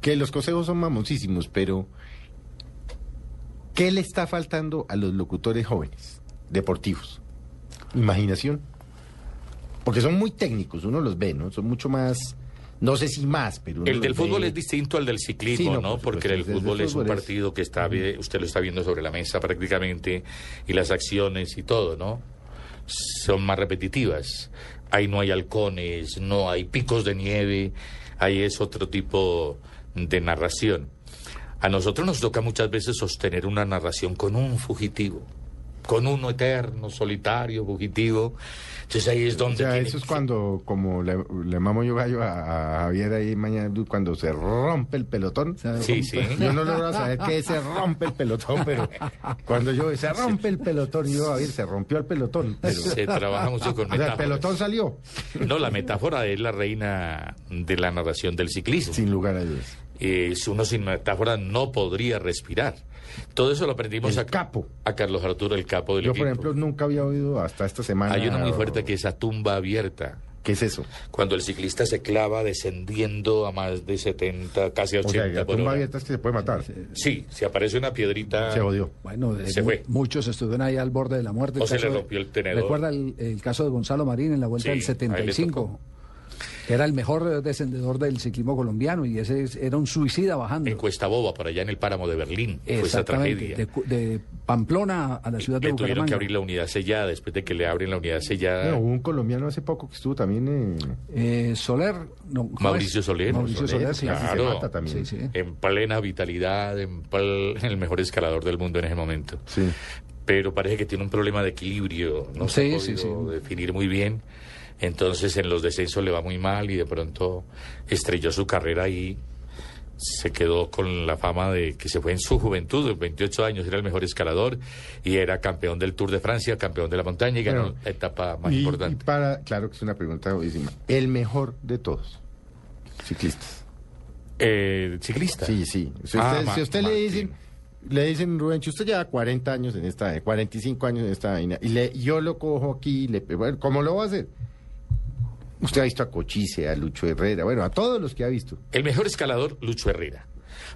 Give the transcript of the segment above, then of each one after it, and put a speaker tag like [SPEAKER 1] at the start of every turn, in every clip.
[SPEAKER 1] Que los consejos son mamoncísimos, pero ¿qué le está faltando a los locutores jóvenes, deportivos? Imaginación. Porque son muy técnicos, uno los ve, ¿no? Son mucho más, no sé si más, pero... uno
[SPEAKER 2] El del
[SPEAKER 1] los ve-
[SPEAKER 2] fútbol es distinto al del ciclismo,
[SPEAKER 1] Sí, no,
[SPEAKER 2] ¿no?
[SPEAKER 1] por
[SPEAKER 2] Porque
[SPEAKER 1] supuesto,
[SPEAKER 2] el
[SPEAKER 1] desde el
[SPEAKER 2] fútbol es un
[SPEAKER 1] fútbol es-
[SPEAKER 2] partido que está, vi- usted lo está viendo sobre la mesa prácticamente y las acciones y todo, ¿no? Son más repetitivas. Ahí no hay halcones, no hay picos de nieve, ahí es otro tipo de narración. A nosotros nos toca muchas veces sostener una narración con un fugitivo, con uno eterno, solitario, fugitivo. Entonces ahí es donde...
[SPEAKER 1] O sea,
[SPEAKER 2] tiene
[SPEAKER 1] eso es
[SPEAKER 2] que-
[SPEAKER 1] cuando, como le, le mamo yo gallo a, a Javier ahí mañana, cuando se rompe el pelotón.
[SPEAKER 2] Sí, sí.
[SPEAKER 1] Yo no logro saber que se rompe el pelotón, pero cuando yo se rompe el pelotón, yo Javier, se rompió el pelotón. Pero,
[SPEAKER 2] Se trabaja mucho con
[SPEAKER 1] Ah, o sea, el
[SPEAKER 2] metáforas.
[SPEAKER 1] pelotón salió,
[SPEAKER 2] No, la metáfora es la reina de la narración del ciclismo.
[SPEAKER 1] sin lugar a dudas.
[SPEAKER 2] Eh, si uno sin metáfora no podría respirar. Todo eso lo aprendimos
[SPEAKER 1] El
[SPEAKER 2] a,
[SPEAKER 1] capo.
[SPEAKER 2] a Carlos Arturo, el capo del
[SPEAKER 1] Yo,
[SPEAKER 2] equipo.
[SPEAKER 1] por ejemplo, nunca había oído hasta esta semana.
[SPEAKER 2] Hay una muy fuerte que es a tumba abierta.
[SPEAKER 1] ¿Qué es eso?
[SPEAKER 2] Cuando el ciclista se clava descendiendo a más de 70, casi
[SPEAKER 1] O
[SPEAKER 2] 80
[SPEAKER 1] sea, la
[SPEAKER 2] por
[SPEAKER 1] tumba
[SPEAKER 2] hora.
[SPEAKER 1] abierta es que se puede matar. Se
[SPEAKER 2] Sí, se aparece una piedrita.
[SPEAKER 1] jodió.
[SPEAKER 3] Bueno, de-
[SPEAKER 2] Se fue.
[SPEAKER 3] muchos estuvieron ahí al borde de la muerte.
[SPEAKER 2] O
[SPEAKER 3] El
[SPEAKER 2] se le
[SPEAKER 3] caso de-
[SPEAKER 2] rompió el tenedor.
[SPEAKER 3] Recuerda el, el caso de Gonzalo Marín en la vuelta
[SPEAKER 2] Sí, a
[SPEAKER 3] del
[SPEAKER 2] él le
[SPEAKER 3] 75.
[SPEAKER 2] tocó.
[SPEAKER 3] que Era el mejor eh, descendedor del ciclismo colombiano y ese es- era un suicida bajando.
[SPEAKER 2] En Cuesta Boba, por allá en el páramo de Berlín. Fue esa
[SPEAKER 3] Exactamente.
[SPEAKER 2] tragedia.
[SPEAKER 3] De, cu- de Pamplona a la ciudad de
[SPEAKER 2] Le tuvieron que
[SPEAKER 3] Bucaramanga.
[SPEAKER 2] abrir la unidad sellada. Después de que le abren la unidad sellada.
[SPEAKER 1] No, hubo un colombiano hace poco que estuvo también. eh,
[SPEAKER 3] Eh, Soler. no, ¿cómo
[SPEAKER 2] Mauricio
[SPEAKER 3] es?
[SPEAKER 2] Soler. ah, eh,
[SPEAKER 3] Mauricio Soler, sí.
[SPEAKER 1] casi
[SPEAKER 2] claro.
[SPEAKER 1] se mata también.
[SPEAKER 3] Sí, sí.
[SPEAKER 2] en plena vitalidad, en pl- el mejor escalador del mundo en ese momento.
[SPEAKER 1] Sí.
[SPEAKER 2] Pero parece que tiene un problema de equilibrio, no se ha
[SPEAKER 3] Sí, sí,
[SPEAKER 2] podido
[SPEAKER 3] sí.
[SPEAKER 2] definir muy bien. Entonces en los descensos le va muy mal y de pronto estrelló su carrera y se quedó con la fama de que se fue en su juventud, de 28 años, era el mejor escalador y era campeón del Tour de Francia, campeón de la montaña y ganó
[SPEAKER 1] Bueno,
[SPEAKER 2] la etapa más
[SPEAKER 1] y,
[SPEAKER 2] importante.
[SPEAKER 1] y para, claro que es una pregunta jodidísima. El mejor de todos, ciclistas.
[SPEAKER 2] Eh, ciclista.
[SPEAKER 1] Sí, sí. Si usted,
[SPEAKER 2] Ah, Ma-
[SPEAKER 1] si a usted le
[SPEAKER 2] Martín.
[SPEAKER 1] dicen, le dicen, Rubén, si usted lleva 40 años en esta, 45 años en esta vaina, y le- yo lo cojo aquí, le, bueno, ¿cómo lo va a hacer? Usted ha visto a Cochise, a Lucho Herrera, bueno, a todos los que ha visto.
[SPEAKER 2] El mejor escalador, Lucho Herrera.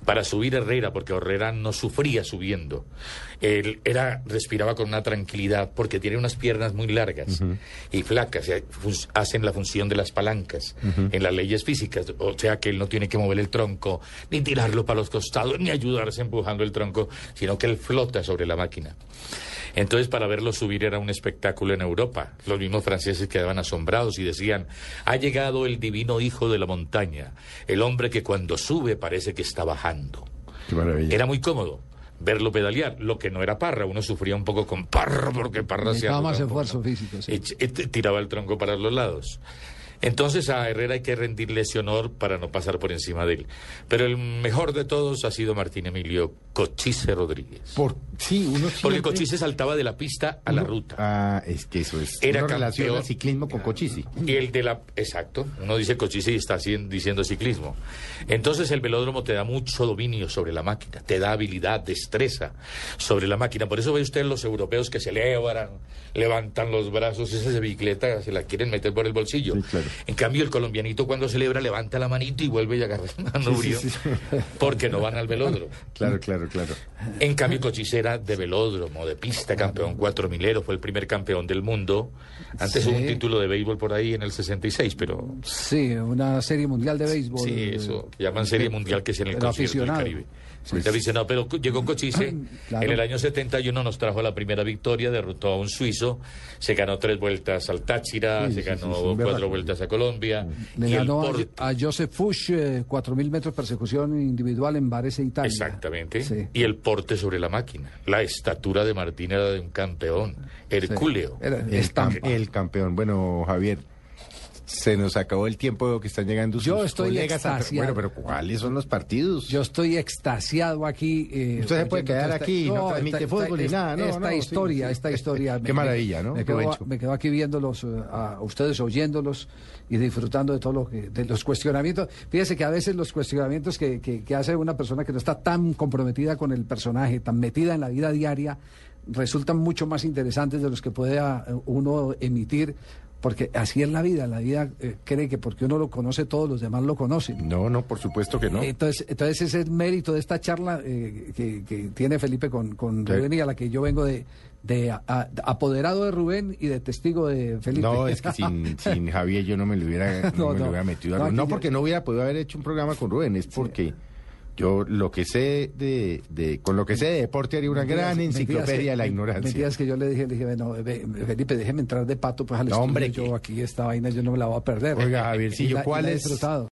[SPEAKER 2] Para subir Herrera, porque Herrera no sufría subiendo. Él era, respiraba con una tranquilidad, porque tiene unas piernas muy largas y flacas, y hay- fun- hacen la función de las palancas en las leyes físicas. O sea que él no tiene que mover el tronco, ni tirarlo para los costados, ni ayudarse empujando el tronco, sino que él flota sobre la máquina. Entonces, para verlo subir era un espectáculo en Europa. Los mismos franceses quedaban asombrados y decían, ha llegado el divino hijo de la montaña, el hombre que cuando sube parece que está bajando.
[SPEAKER 1] Qué maravilla.
[SPEAKER 2] Era muy cómodo verlo pedalear, lo que no era Parra. Uno sufría un poco con Parra porque Parra se
[SPEAKER 3] Necesitaba más esfuerzo físico. sí.
[SPEAKER 2] tiraba el tronco para los lados. Entonces a Herrera hay que rendirle ese honor para no pasar por encima de él. Pero el mejor de todos ha sido Martín Emilio Cochise Rodríguez.
[SPEAKER 1] Por, sí, uno
[SPEAKER 2] Porque
[SPEAKER 1] siempre-
[SPEAKER 2] Cochise saltaba de la pista a la
[SPEAKER 1] uno-
[SPEAKER 2] ruta.
[SPEAKER 1] Ah, es que eso es.
[SPEAKER 2] Era
[SPEAKER 1] uno relaciona
[SPEAKER 2] campeón.
[SPEAKER 1] ciclismo con Cochise.
[SPEAKER 2] Y el de la... Exacto. Uno dice cochise y está haciendo- diciendo ciclismo. Entonces el velódromo te da mucho dominio sobre la máquina, te da habilidad, destreza sobre la máquina. Por eso ve usted los europeos que se celebran, levantan los brazos, esas de bicicleta se la quieren meter por el bolsillo.
[SPEAKER 1] Sí, claro.
[SPEAKER 2] En cambio el colombianito cuando celebra levanta la manito y vuelve y agarra a Nubrio,
[SPEAKER 1] sí, sí.
[SPEAKER 2] porque no van al velódromo.
[SPEAKER 1] Claro, claro, claro.
[SPEAKER 2] En cambio, Cochise era de velódromo, de pista, campeón cuatro milero, fue el primer campeón del mundo. Antes
[SPEAKER 3] Sí.
[SPEAKER 2] hubo un título de béisbol por ahí en el 66, pero
[SPEAKER 3] Sí, una serie mundial de béisbol.
[SPEAKER 2] sí,
[SPEAKER 3] eh,
[SPEAKER 2] eso que llaman Serie Mundial, que es en el
[SPEAKER 3] Pero
[SPEAKER 2] concierto del
[SPEAKER 3] aficionado.
[SPEAKER 2] Caribe. De aficionado, pero cu- llegó Cochise,
[SPEAKER 3] Claro.
[SPEAKER 2] en el año 71 nos trajo la primera victoria, derrotó a un suizo, se ganó tres vueltas al Táchira,
[SPEAKER 1] Sí,
[SPEAKER 2] se
[SPEAKER 1] sí,
[SPEAKER 2] ganó
[SPEAKER 1] sí, sí, un
[SPEAKER 2] cuatro
[SPEAKER 1] berraco.
[SPEAKER 2] vueltas a Colombia.
[SPEAKER 3] Le
[SPEAKER 2] y el
[SPEAKER 3] ganó a,
[SPEAKER 2] Porto-
[SPEAKER 3] a Joseph Fuchs eh, 4.000 metros persecución individual en Varese, Italia.
[SPEAKER 2] Exactamente.
[SPEAKER 3] Sí.
[SPEAKER 2] Y el porte sobre la máquina. La estatura de Martín era de un campeón, hercúleo.
[SPEAKER 3] Era
[SPEAKER 1] El, cam-
[SPEAKER 3] estampa.
[SPEAKER 1] el campeón. Bueno, Javier, Se nos acabó el tiempo veo que están llegando
[SPEAKER 3] Yo
[SPEAKER 1] sus
[SPEAKER 3] estoy
[SPEAKER 1] colegas a-
[SPEAKER 3] extasiado.
[SPEAKER 1] Bueno, pero ¿cuáles son los partidos?
[SPEAKER 3] Yo estoy extasiado aquí. eh,
[SPEAKER 1] Usted se puede
[SPEAKER 3] oyendo
[SPEAKER 1] quedar
[SPEAKER 3] esta-
[SPEAKER 1] aquí, no transmite fútbol ni
[SPEAKER 3] esta-
[SPEAKER 1] nada, no,
[SPEAKER 3] Esta
[SPEAKER 1] no, sí,
[SPEAKER 3] historia,
[SPEAKER 1] sí.
[SPEAKER 3] esta historia.
[SPEAKER 1] Qué maravilla, ¿no?
[SPEAKER 3] Me
[SPEAKER 1] Qué
[SPEAKER 3] quedo,
[SPEAKER 1] buen show.
[SPEAKER 3] me quedo aquí viéndolos, eh, a ustedes oyéndolos y disfrutando de todo lo que, de los cuestionamientos. Fíjese que a veces los cuestionamientos que, que- que hace una persona que no está tan comprometida con el personaje, tan metida en la vida diaria, resultan mucho más interesantes de los que puede ah, uno emitir. Porque así es la vida, la vida eh, cree que porque uno lo conoce, todos los demás lo conocen.
[SPEAKER 1] No, no, por supuesto que no.
[SPEAKER 3] Entonces, entonces ese es el mérito de esta charla eh, que, que tiene Felipe con, con
[SPEAKER 1] Sí.
[SPEAKER 3] Rubén y a la que yo vengo de, de a- a- apoderado de Rubén y de testigo de Felipe.
[SPEAKER 1] No, es que sin, sin Javier yo no me lo hubiera, no
[SPEAKER 3] No,
[SPEAKER 1] me lo
[SPEAKER 3] no.
[SPEAKER 1] hubiera metido. a
[SPEAKER 3] No,
[SPEAKER 1] Rubén.
[SPEAKER 3] aquí
[SPEAKER 1] No,
[SPEAKER 3] yo-
[SPEAKER 1] porque no hubiera podido haber hecho un programa con Rubén, es porque yo lo que sé de, de- con lo que sé de deporte haría una gran
[SPEAKER 3] Mentiras-
[SPEAKER 1] enciclopedia de la
[SPEAKER 3] mentiras que-
[SPEAKER 1] ignorancia.
[SPEAKER 3] Mentiras que yo le dije, le dije, bueno, ve- Felipe, déjeme entrar de pato pues al
[SPEAKER 1] No,
[SPEAKER 3] estudio,
[SPEAKER 1] hombre,
[SPEAKER 3] yo
[SPEAKER 1] ¿qué?
[SPEAKER 3] aquí esta vaina yo no me la voy a perder.
[SPEAKER 1] Oiga,
[SPEAKER 3] Y
[SPEAKER 1] Javiercillo,
[SPEAKER 3] la- y la he
[SPEAKER 1] ¿cuál es
[SPEAKER 3] disfrutado.